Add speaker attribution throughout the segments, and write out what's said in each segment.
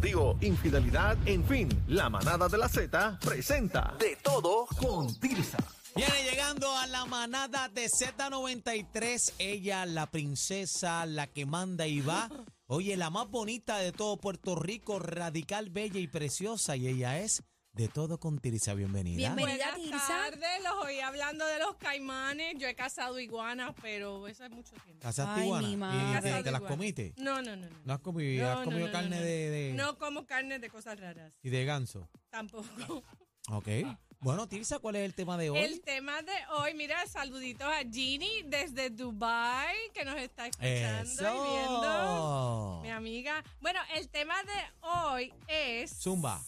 Speaker 1: Digo, infidelidad, en fin, la manada de la Z presenta De todo con Tirsa.
Speaker 2: Viene llegando a la manada de Z93, ella, la princesa, la que manda y va. Oye, la más bonita de todo Puerto Rico, radical, bella y preciosa, y ella es de todo con Tirisa. Bienvenida.
Speaker 3: Bienvenida.
Speaker 4: Buenas
Speaker 3: Tirsa.
Speaker 4: tardes, los oí hablando de los caimanes. Yo he cazado iguanas, pero eso es mucho tiempo.
Speaker 2: ¿Casaste
Speaker 3: Ay,
Speaker 2: iguana?
Speaker 3: mi
Speaker 2: ¿Y
Speaker 3: madre.
Speaker 2: te-
Speaker 4: Cazado
Speaker 2: te las
Speaker 4: iguanas.
Speaker 2: comiste?
Speaker 4: No, no, no.
Speaker 2: ¿No
Speaker 4: no.
Speaker 2: has comido,
Speaker 4: No,
Speaker 2: has
Speaker 4: no,
Speaker 2: comido
Speaker 4: no,
Speaker 2: carne
Speaker 4: no, no.
Speaker 2: de, de-
Speaker 4: No como carne de cosas raras,
Speaker 2: y de ganso?
Speaker 4: tampoco.
Speaker 2: Ok. Bueno, Tirsa, ¿cuál es el tema de hoy?
Speaker 4: Ah. El tema de hoy, mira, saluditos a Ginny desde Dubai que nos está escuchando y viendo.
Speaker 2: Eso.
Speaker 4: Mi amiga. Bueno, el tema de hoy es
Speaker 2: Zumba.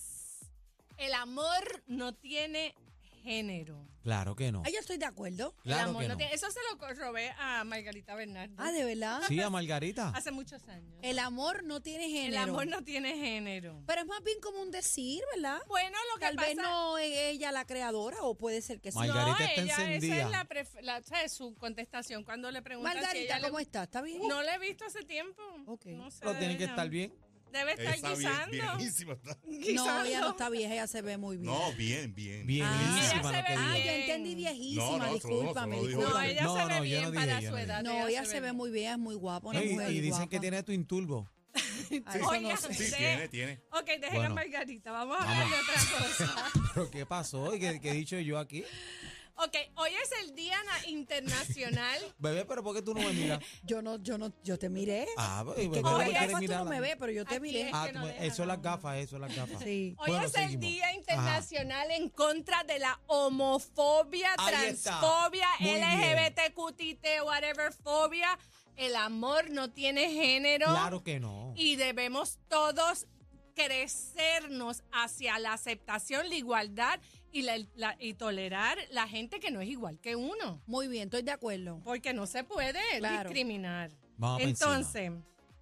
Speaker 4: el amor no tiene género.
Speaker 2: Claro que no.
Speaker 3: Ay, yo Ah, estoy de acuerdo.
Speaker 4: el
Speaker 2: Claro
Speaker 4: amor
Speaker 2: que
Speaker 4: no
Speaker 2: no.
Speaker 4: tiene- Eso se lo robé a Margarita Bernardo
Speaker 3: Ah, de verdad.
Speaker 2: Sí, a Margarita.
Speaker 4: hace muchos años.
Speaker 3: El amor no tiene
Speaker 4: El
Speaker 3: género.
Speaker 4: amor no tiene género.
Speaker 3: Pero es más bien como un decir, ¿verdad?
Speaker 4: Bueno, lo que
Speaker 3: Tal
Speaker 4: pasa
Speaker 3: vez no es ella la creadora o puede ser que sí.
Speaker 2: Marga- Margarita está
Speaker 4: ella, Esa
Speaker 2: encendida.
Speaker 4: es la pref- la- o sea, es su contestación cuando le preguntan si
Speaker 3: Margarita,
Speaker 4: ella le-
Speaker 3: ¿cómo está? ¿Está bien?
Speaker 4: No la he visto hace tiempo.
Speaker 3: Ok.
Speaker 4: No sé
Speaker 2: Pero
Speaker 4: de
Speaker 2: tienen que
Speaker 4: ella.
Speaker 2: estar bien.
Speaker 4: Debe estar
Speaker 5: Está bien,
Speaker 4: guisando.
Speaker 5: viejísima está.
Speaker 3: No, ella no
Speaker 4: guisando.
Speaker 3: está vieja, ella se ve muy bien.
Speaker 5: No, bien, bien.
Speaker 2: Bienísima,
Speaker 4: Ella se
Speaker 2: lo que
Speaker 4: ve
Speaker 3: Ah,
Speaker 2: dice.
Speaker 3: yo
Speaker 4: bien.
Speaker 3: entendí
Speaker 5: No,
Speaker 3: viejísima,
Speaker 5: no, solo-
Speaker 3: discúlpame,
Speaker 5: solo dijo
Speaker 4: No,
Speaker 3: discúlpame.
Speaker 4: ella
Speaker 2: No,
Speaker 4: se ve
Speaker 2: no, yo
Speaker 4: bien
Speaker 2: no dije,
Speaker 4: para
Speaker 2: yo
Speaker 4: su
Speaker 2: no dije.
Speaker 4: edad.
Speaker 3: No, ella se ve muy bien, es muy guapa, una
Speaker 2: No, y-
Speaker 3: mujer
Speaker 2: y, dicen
Speaker 3: guapa.
Speaker 2: que tiene tu inturbo.
Speaker 3: Ay, eso
Speaker 4: Oigan,
Speaker 3: no sé.
Speaker 5: Sí,
Speaker 4: Sí.
Speaker 5: tiene, tiene.
Speaker 4: Ok, dejen
Speaker 2: Bueno.
Speaker 4: a Margarita. Vamos a hablar de otra cosa.
Speaker 2: ¿Pero qué pasó? ¿Y qué, qué he dicho yo aquí?
Speaker 4: ok, hoy es el Día Na- Internacional.
Speaker 2: Bebé, ¿pero por qué tú no me miras?
Speaker 3: Yo no, yo no, yo te miré.
Speaker 2: Ah, bebé,
Speaker 3: Que
Speaker 2: bebé,
Speaker 3: con
Speaker 2: ¿por
Speaker 3: las
Speaker 2: qué
Speaker 4: Oye,
Speaker 3: gafas
Speaker 2: quieres
Speaker 3: tú no
Speaker 2: mirarla?
Speaker 3: me ves, pero yo te
Speaker 4: Aquí
Speaker 3: miré.
Speaker 4: es.
Speaker 2: Ah,
Speaker 4: que no
Speaker 2: tú me-
Speaker 4: deja,
Speaker 2: eso es las
Speaker 4: no.
Speaker 2: gafas, eso es las gafas.
Speaker 3: Sí.
Speaker 4: Hoy
Speaker 2: Bueno,
Speaker 4: es el
Speaker 2: seguimos.
Speaker 4: Día
Speaker 2: Ajá.
Speaker 4: Internacional en contra de la homofobia,
Speaker 2: Ahí está.
Speaker 4: transfobia,
Speaker 2: Muy bien.
Speaker 4: LGBTQT, whatever fobia. El amor no tiene género
Speaker 2: Claro que no.
Speaker 4: y debemos todos crecernos hacia la aceptación, la igualdad y, la- la- y tolerar la gente que no es igual que uno.
Speaker 3: Muy bien, estoy de acuerdo.
Speaker 4: Porque no se puede
Speaker 3: Claro.
Speaker 4: discriminar.
Speaker 2: Vamos pa' encima.
Speaker 4: Entonces,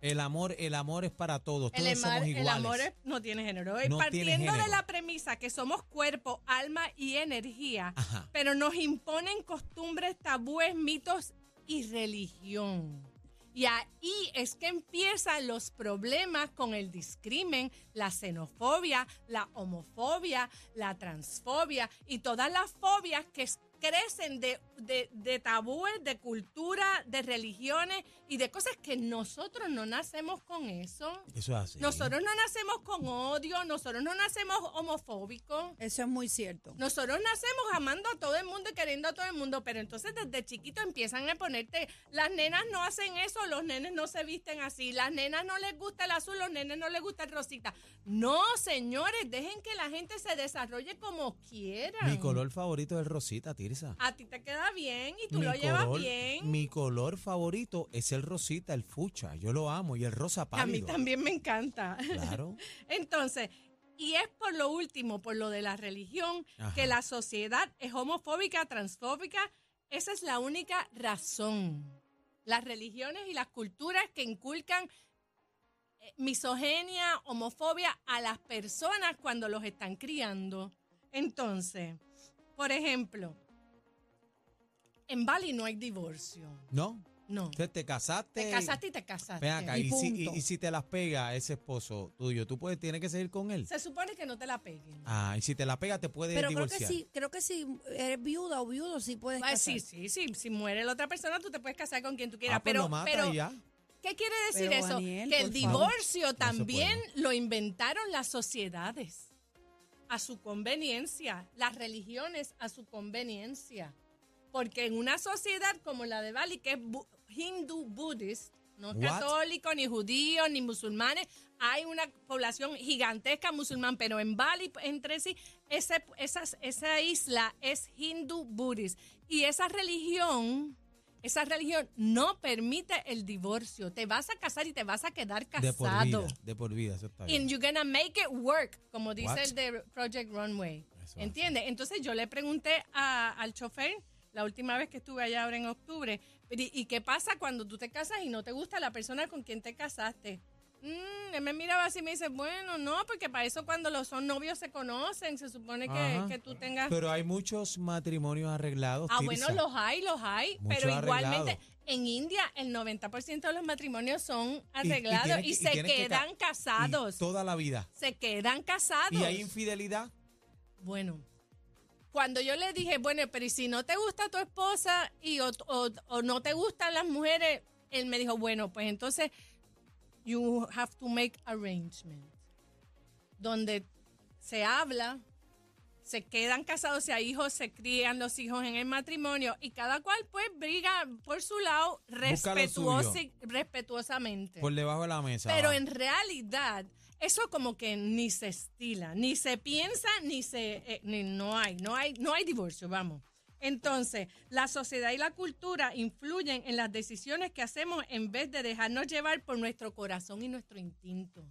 Speaker 2: El amor, el amor es para todos. Todos
Speaker 4: El, amar-
Speaker 2: somos
Speaker 4: el
Speaker 2: iguales.
Speaker 4: amor es- no tiene género. Y
Speaker 2: No tiene
Speaker 4: Partiendo
Speaker 2: género.
Speaker 4: de la premisa que somos cuerpo, alma y energía,
Speaker 2: Ajá.
Speaker 4: pero nos imponen costumbres, tabúes, mitos y religión. Y ahí es que empiezan los problemas con el discrimen, la xenofobia, la homofobia, la transfobia y todas las fobias que s- crecen de, de- de tabúes, de cultura, de religiones y de cosas que nosotros no nacemos con eso.
Speaker 2: Eso es así.
Speaker 4: Nosotros no nacemos con odio, nosotros no nacemos homofóbicos.
Speaker 3: Eso es muy cierto.
Speaker 4: Nosotros nacemos amando a todo el mundo y queriendo a todo el mundo, pero entonces desde chiquito empiezan a ponerte, las nenas no hacen eso, los nenes no se visten así, las nenas no les gusta el azul, los nenes no les gusta el rosita. No, señores, dejen que la gente se desarrolle como quiera.
Speaker 2: Mi color favorito es el rosita, Tirsa.
Speaker 4: A ti te queda bien y Ah, tú
Speaker 2: Mi
Speaker 4: lo llevas
Speaker 2: color-
Speaker 4: bien.
Speaker 2: Mi color favorito es el rosita, el fucha. Yo lo amo. Y el rosa
Speaker 4: a mí
Speaker 2: pálido.
Speaker 4: también me encanta.
Speaker 2: Claro.
Speaker 4: Entonces, y es por lo último, por lo de la religión,
Speaker 2: Ajá.
Speaker 4: que la sociedad es homofóbica, transfóbica. Esa es la única razón. Las religiones y las culturas que inculcan eh, misoginia, homofobia a las personas cuando los están criando. Entonces, por ejemplo, en Bali no hay divorcio.
Speaker 2: ¿No?
Speaker 4: No.
Speaker 2: Entonces te casaste.
Speaker 4: Te
Speaker 2: y-
Speaker 4: casaste y te casaste.
Speaker 2: Ven acá,
Speaker 3: y
Speaker 2: y, si, y-
Speaker 3: punto.
Speaker 2: y si te las pega ese esposo tuyo, tú puedes, tienes que seguir con él.
Speaker 4: Se supone que no te la peguen.
Speaker 2: Ah, y si te la pega, te puedes
Speaker 3: Pero creo que
Speaker 2: divorciar.
Speaker 3: sí, creo que si eres viuda o viudo, sí puedes
Speaker 4: Ah,
Speaker 3: casar.
Speaker 4: sí, sí, sí. Si muere la otra persona, tú te puedes casar con quien tú quieras.
Speaker 2: Ah, pues
Speaker 4: pero,
Speaker 2: lo mata
Speaker 4: pero
Speaker 2: y ya.
Speaker 4: ¿qué quiere decir
Speaker 3: Pero,
Speaker 4: eso?
Speaker 3: Daniel,
Speaker 4: que
Speaker 3: por
Speaker 4: el
Speaker 3: favor.
Speaker 4: divorcio también lo inventaron las sociedades a su conveniencia, las religiones a su conveniencia. Porque en una sociedad como la de Bali, que es bu- hindú budista, no es
Speaker 2: What?
Speaker 4: católico, ni judío, ni musulmanes, hay una población gigantesca musulmán, pero en Bali entre sí, ese- esas- esa isla es hindú budista. Y esa religión Esa religión no permite el divorcio. Te vas a casar y te vas a quedar
Speaker 2: De por vida,
Speaker 4: casado.
Speaker 2: de por vida, eso está
Speaker 4: And
Speaker 2: bien.
Speaker 4: you're gonna make it work, como dice
Speaker 2: What?
Speaker 4: el de Project Runway.
Speaker 2: Eso es.
Speaker 4: ¿Entiendes? Entonces yo le pregunté a- al chofer la última vez que estuve allá ahora en octubre, "Pero, ¿y, y qué pasa cuando tú te casas y no te gusta la persona con quien te casaste? Mm, él me miraba así y me dice, bueno, no, porque para eso cuando los son novios se conocen, se supone que,
Speaker 2: Ajá.
Speaker 4: que tú tengas...
Speaker 2: Pero hay muchos matrimonios arreglados.
Speaker 4: Ah,
Speaker 2: Tirsa.
Speaker 4: bueno, los hay, los hay,
Speaker 2: Mucho
Speaker 4: pero igualmente
Speaker 2: arreglado.
Speaker 4: en India el 90% de los matrimonios son
Speaker 2: Y- y
Speaker 4: arreglados
Speaker 2: tienen
Speaker 4: y,
Speaker 2: que-
Speaker 4: se
Speaker 2: tienen que ca-
Speaker 4: quedan
Speaker 2: y
Speaker 4: casados.
Speaker 2: Toda la vida.
Speaker 4: Se quedan casados.
Speaker 2: Y hay infidelidad.
Speaker 4: Bueno, cuando yo le dije, bueno, pero ¿y si no te gusta tu esposa y o, o- o no te gustan las mujeres, él me dijo, bueno, pues entonces you have to make arrangements. Donde se habla, se quedan casados, si hay hijos, se crían los hijos en el matrimonio y cada cual pues briga por su lado
Speaker 2: Busca lo
Speaker 4: respetuosi-
Speaker 2: suyo.
Speaker 4: respetuosamente.
Speaker 2: Por debajo de la mesa.
Speaker 4: Pero
Speaker 2: va.
Speaker 4: en realidad, eso como que ni se estila, ni se piensa, ni se eh, ni- no hay, no hay, no hay divorcio, vamos. Entonces, la sociedad y la cultura influyen en las decisiones que hacemos en vez de dejarnos llevar por nuestro corazón y nuestro instinto.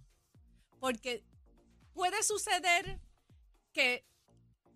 Speaker 4: Porque puede suceder que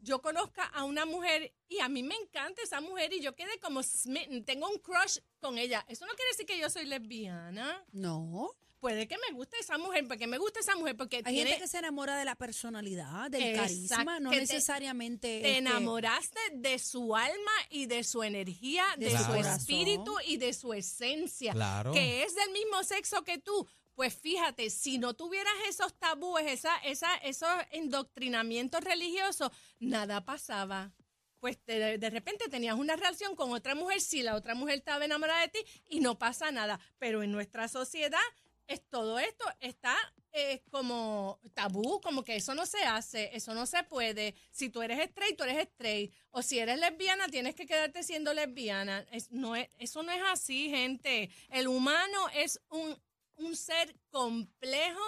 Speaker 4: yo conozca a una mujer y a mí me encanta esa mujer y yo quede como smitten, tengo un crush con ella. Eso no quiere decir que yo soy lesbiana
Speaker 3: No.
Speaker 4: puede que me guste esa mujer, porque me gusta esa mujer, porque
Speaker 3: Hay
Speaker 4: tiene-
Speaker 3: gente que se enamora de la personalidad, del
Speaker 4: Exacto,
Speaker 3: carisma, no
Speaker 4: que te-
Speaker 3: necesariamente.
Speaker 4: te
Speaker 3: este,
Speaker 4: enamoraste de su alma y de su energía, de,
Speaker 2: su
Speaker 3: De
Speaker 4: su
Speaker 2: corazón.
Speaker 4: espíritu y de su esencia,
Speaker 2: Claro.
Speaker 4: que es del mismo sexo que tú. Pues fíjate, si no tuvieras esos tabúes, esa, esa, esos endoctrinamientos religiosos, nada pasaba. Pues de, de repente tenías una relación con otra mujer si la otra mujer estaba enamorada de ti y no pasa nada. Pero en nuestra sociedad es todo esto está eh, como tabú, como que eso no se hace, eso no se puede. Si tú eres straight, tú eres straight. O si eres lesbiana, tienes que quedarte siendo lesbiana. Es- no es- eso no es así, gente. El humano es un, un ser complejo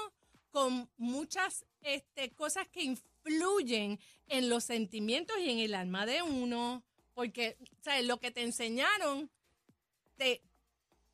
Speaker 4: con muchas este, cosas que influyen en los sentimientos y en el alma de uno. Porque ¿sabes? lo que te enseñaron te,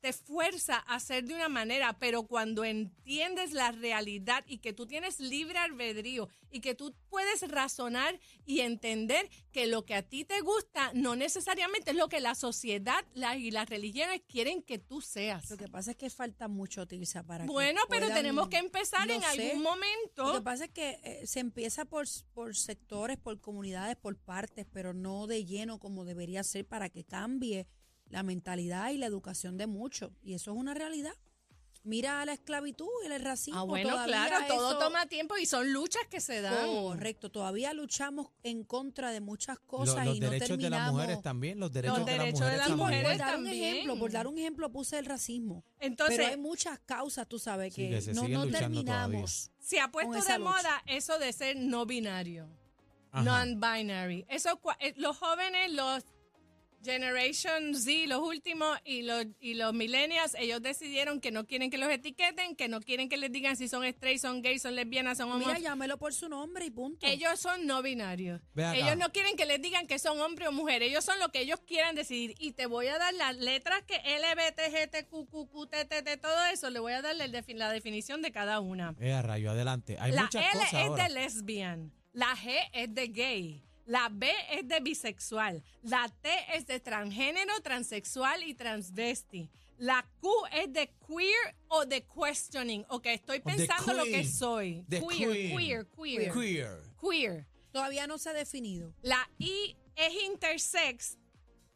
Speaker 4: te fuerza a ser de una manera, pero cuando entiendes la realidad y que tú tienes libre albedrío y que tú puedes razonar y entender que lo que a ti te gusta no necesariamente es lo que la sociedad la- y las religiones quieren que tú seas.
Speaker 3: Lo que pasa es que falta mucho, Tirsa, para que
Speaker 4: Bueno, pero
Speaker 3: puedan-
Speaker 4: tenemos que empezar
Speaker 3: lo
Speaker 4: en
Speaker 3: sé.
Speaker 4: algún
Speaker 3: Lo que
Speaker 4: momento.
Speaker 3: pasa es que eh, se empieza por, s- por sectores, por comunidades, por partes, pero no de lleno como debería ser para que cambie la mentalidad y la educación de muchos. Y eso es una realidad. Mira a la esclavitud y el racismo.
Speaker 4: Ah, bueno,
Speaker 3: todavía
Speaker 4: claro, todo
Speaker 3: eso-
Speaker 4: toma tiempo y son luchas que se dan.
Speaker 3: Correcto, todavía luchamos en contra de muchas cosas
Speaker 2: Lo- los
Speaker 3: y no
Speaker 2: derechos de las
Speaker 3: terminamos.
Speaker 2: mujeres también. Los derechos,
Speaker 4: derechos de
Speaker 2: de las mujeres.
Speaker 4: las mujeres
Speaker 3: por dar un
Speaker 4: también.
Speaker 3: ejemplo, por dar un ejemplo puse el racismo.
Speaker 4: Entonces,
Speaker 3: pero hay muchas causas, tú sabes,
Speaker 2: Sí,
Speaker 3: que,
Speaker 2: que se
Speaker 3: no,
Speaker 2: sigue
Speaker 3: no
Speaker 2: luchando todavía.
Speaker 3: terminamos.
Speaker 4: se ha puesto
Speaker 3: con
Speaker 4: de
Speaker 3: esa lucha.
Speaker 4: moda eso de ser no binario.
Speaker 2: Ajá.
Speaker 4: non-binary. Eso, cua- eh, los jóvenes, los Generation Z, los últimos, y los, y los millennials, ellos decidieron que no quieren que los etiqueten, que no quieren que les digan si son straight, son gay, son lesbianas, son
Speaker 3: Mira,
Speaker 4: homosexuales.
Speaker 3: llámelo por su nombre y punto.
Speaker 4: Ellos son no binarios.
Speaker 2: Ve acá.
Speaker 4: Ellos no quieren que les digan que son hombre o mujer. Ellos son lo que ellos quieran decidir. Y te voy a dar las letras que LBTGTQQQTTT, todo eso. Le voy a dar la defi- la definición de cada una.
Speaker 2: Eh, a rayo, adelante. Hay
Speaker 4: La
Speaker 2: muchas
Speaker 4: L
Speaker 2: cosas
Speaker 4: es
Speaker 2: ahora.
Speaker 4: de lesbian, la G es de gay, la B es de bisexual, la T es de transgénero, transexual y transvesti. La Q es de queer o de questioning, o que estoy
Speaker 2: the
Speaker 4: pensando lo que
Speaker 2: queen.
Speaker 4: soy.
Speaker 2: The queen.
Speaker 4: queer, queer, queer.
Speaker 2: Queer.
Speaker 4: Queer.
Speaker 3: Todavía no se ha definido.
Speaker 4: La I es intersex,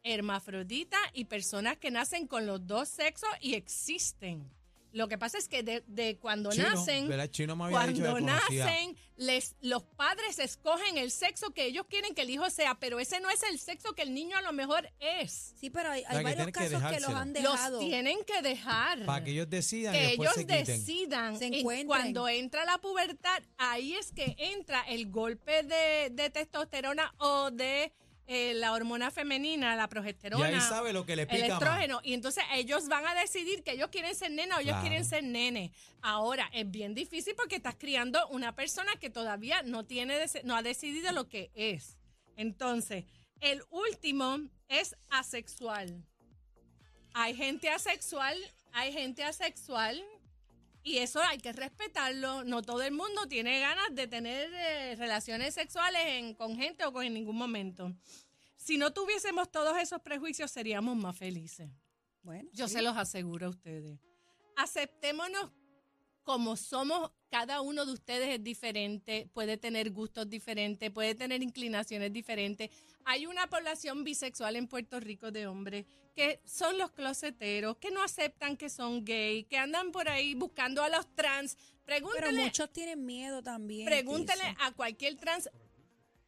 Speaker 4: hermafrodita y personas que nacen con los dos sexos y existen. Lo que pasa es que de, de cuando
Speaker 2: Chino,
Speaker 4: nacen,
Speaker 2: ¿verdad? Chino me había dicho
Speaker 4: cuando
Speaker 2: que conocía.
Speaker 4: nacen, les, los padres escogen el sexo que ellos quieren que el hijo sea, pero ese no es el sexo que el niño a lo mejor es.
Speaker 3: Sí, pero hay, hay
Speaker 2: sea, que
Speaker 3: varios
Speaker 2: tienen que
Speaker 3: casos que, los
Speaker 2: dejárselo.
Speaker 3: han
Speaker 4: Los
Speaker 3: dejado.
Speaker 4: tienen que dejar.
Speaker 2: Para que ellos decidan y
Speaker 4: que
Speaker 2: después
Speaker 4: ellos
Speaker 2: se quiten.
Speaker 4: decidan
Speaker 3: Se
Speaker 4: en
Speaker 3: encuentren.
Speaker 4: cuando entra la pubertad, ahí es que entra el golpe de, de testosterona o de eh, la hormona femenina, la
Speaker 2: Y
Speaker 4: progesterona.
Speaker 2: ahí sabe lo que le
Speaker 4: El
Speaker 2: pica más.
Speaker 4: estrógeno. Y entonces ellos van a decidir que ellos quieren ser nena o ellos
Speaker 2: Claro.
Speaker 4: quieren ser nene. Ahora, es bien difícil porque estás criando una persona que todavía no, tiene, dese- no ha decidido lo que es. Entonces, el último es asexual. Hay gente asexual, hay gente asexual y eso hay que respetarlo. No todo el mundo tiene ganas de tener eh, relaciones sexuales en- con gente o con en ningún momento. Si no tuviésemos todos esos prejuicios seríamos más felices.
Speaker 3: Bueno,
Speaker 4: Yo
Speaker 3: sí.
Speaker 4: se los aseguro a ustedes. Aceptémonos como somos, cada uno de ustedes es diferente, puede tener gustos diferentes, puede tener inclinaciones diferentes. Hay una población bisexual en Puerto Rico de hombres que son los closeteros, que no aceptan que son gay, que andan por ahí buscando a los trans.
Speaker 3: Pero
Speaker 4: Pregúntele,
Speaker 3: muchos tienen miedo también.
Speaker 4: pregúntele
Speaker 3: Tirso.
Speaker 4: a cualquier trans,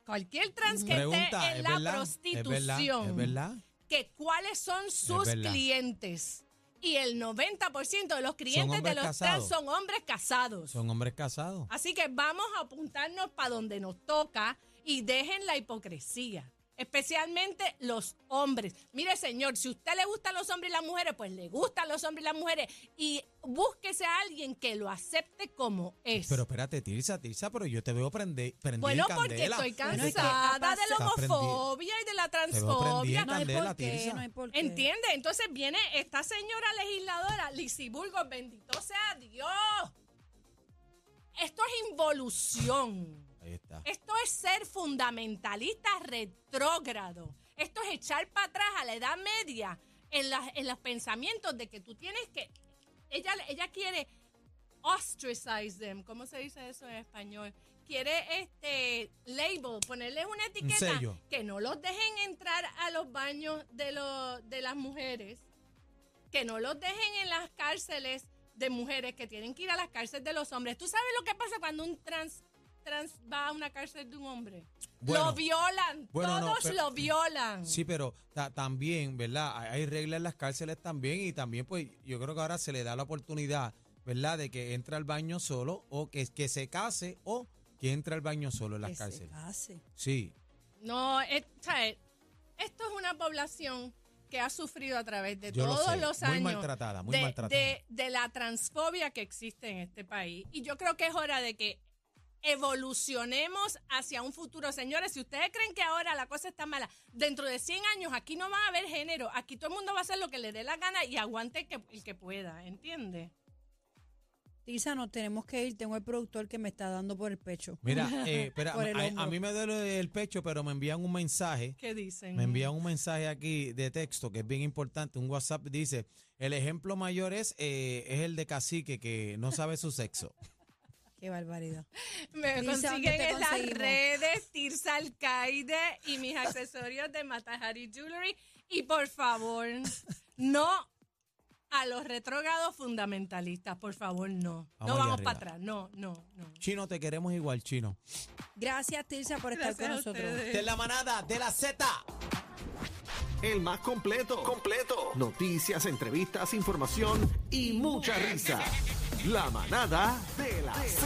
Speaker 4: cualquier trans que
Speaker 2: Pregunta,
Speaker 4: esté en
Speaker 2: es
Speaker 4: la
Speaker 2: verdad,
Speaker 4: prostitución
Speaker 2: es verdad, es verdad.
Speaker 4: que cuáles son sus
Speaker 2: verdad.
Speaker 4: clientes. Y el 90% de los clientes de
Speaker 2: hombres
Speaker 4: los
Speaker 2: casados.
Speaker 4: trans son hombres casados.
Speaker 2: Son hombres casados.
Speaker 4: Así que vamos a apuntarnos para donde nos toca y dejen la hipocresía. Especialmente los hombres. Mire, señor, si a usted le gustan los hombres y las mujeres, pues le gustan los hombres y las mujeres. Y búsquese a alguien que lo acepte como es.
Speaker 2: Pero espérate, Tirsa, Tirsa, pero yo te veo prender, prender
Speaker 4: bueno,
Speaker 2: en
Speaker 4: porque
Speaker 2: candela.
Speaker 4: estoy
Speaker 3: Bueno, es que-
Speaker 4: cansada de la
Speaker 2: Está prendida.
Speaker 4: homofobia y de la
Speaker 2: Te veo prendida
Speaker 4: transfobia.
Speaker 2: en
Speaker 3: No hay
Speaker 2: candela,
Speaker 3: por qué,
Speaker 2: Tirsa.
Speaker 3: no hay por qué.
Speaker 4: ¿Entiende? Entonces viene esta señora legisladora, Lizy Burgos, bendito sea Dios. Esto es involución.
Speaker 2: Ahí está.
Speaker 4: Esto es ser fundamentalista retrógrado. Esto es echar para atrás a la edad media en, las- en los pensamientos de que tú tienes que. Ella, ella quiere ostracize them. ¿Cómo se dice eso en español? Quiere este label, ponerles una etiqueta
Speaker 2: sello.
Speaker 4: que no los dejen entrar a los baños de, los, de las mujeres, que no los dejen en las cárceles de mujeres que tienen que ir a las cárceles de los hombres. ¿Tú sabes lo que pasa cuando un trans, trans va a una cárcel de un hombre?
Speaker 2: Bueno,
Speaker 4: lo violan,
Speaker 2: bueno, no,
Speaker 4: todos
Speaker 2: pero-
Speaker 4: lo violan.
Speaker 2: Sí, pero ta- también, ¿verdad? Hay- Hay reglas en las cárceles también y también, pues, yo creo que ahora se le da la oportunidad, ¿verdad? De que entre al baño solo o que, que se case o que entre al baño solo en las
Speaker 3: Que se
Speaker 2: cárceles.
Speaker 3: case.
Speaker 2: Sí,
Speaker 4: No, es- o sea, esto es una población que ha sufrido a través de
Speaker 2: Yo lo
Speaker 4: Eh, todos
Speaker 2: sé,
Speaker 4: los
Speaker 2: muy
Speaker 4: años
Speaker 2: maltratada, muy
Speaker 4: de,
Speaker 2: maltratada.
Speaker 4: de- de la transfobia que existe en este país. Y yo creo que es hora de que evolucionemos hacia un futuro. Señores, si ustedes creen que ahora la cosa está mala, dentro de 100 años aquí no va a haber género, aquí todo el mundo va a hacer lo que le dé la gana y aguante el que, el que pueda, ¿entiendes?
Speaker 3: Tirsa, nos tenemos que ir. Tengo el productor que me está dando por el pecho.
Speaker 2: mira, eh, espera,
Speaker 3: Por el
Speaker 2: a- a,
Speaker 3: hombro.
Speaker 2: mí me duele el pecho, pero me envían un mensaje.
Speaker 4: ¿Qué dicen?
Speaker 2: Me envían un mensaje aquí de texto que es bien importante, un WhatsApp dice, el ejemplo mayor es, eh, es el de cacique que no sabe su sexo.
Speaker 3: Qué barbaridad.
Speaker 4: Me
Speaker 3: Tirsa, ¿dónde
Speaker 4: consiguen
Speaker 3: te
Speaker 4: en las
Speaker 3: conseguimos?
Speaker 4: redes Tirsa Alcaide y mis accesorios de Matahari Jewelry. Y por favor, no a los retrógrados fundamentalistas, por favor, no.
Speaker 2: Vamos
Speaker 4: no
Speaker 2: allá
Speaker 4: vamos
Speaker 2: arriba.
Speaker 4: para atrás, no, no, no.
Speaker 2: Chino, te queremos igual, chino.
Speaker 3: Gracias, Tirsa, por estar
Speaker 4: Gracias a
Speaker 3: con nosotros.
Speaker 4: ustedes.
Speaker 2: De la manada, de la Z.
Speaker 1: El más completo. Completo. Noticias, entrevistas, información y mucha risa. La manada de la Z.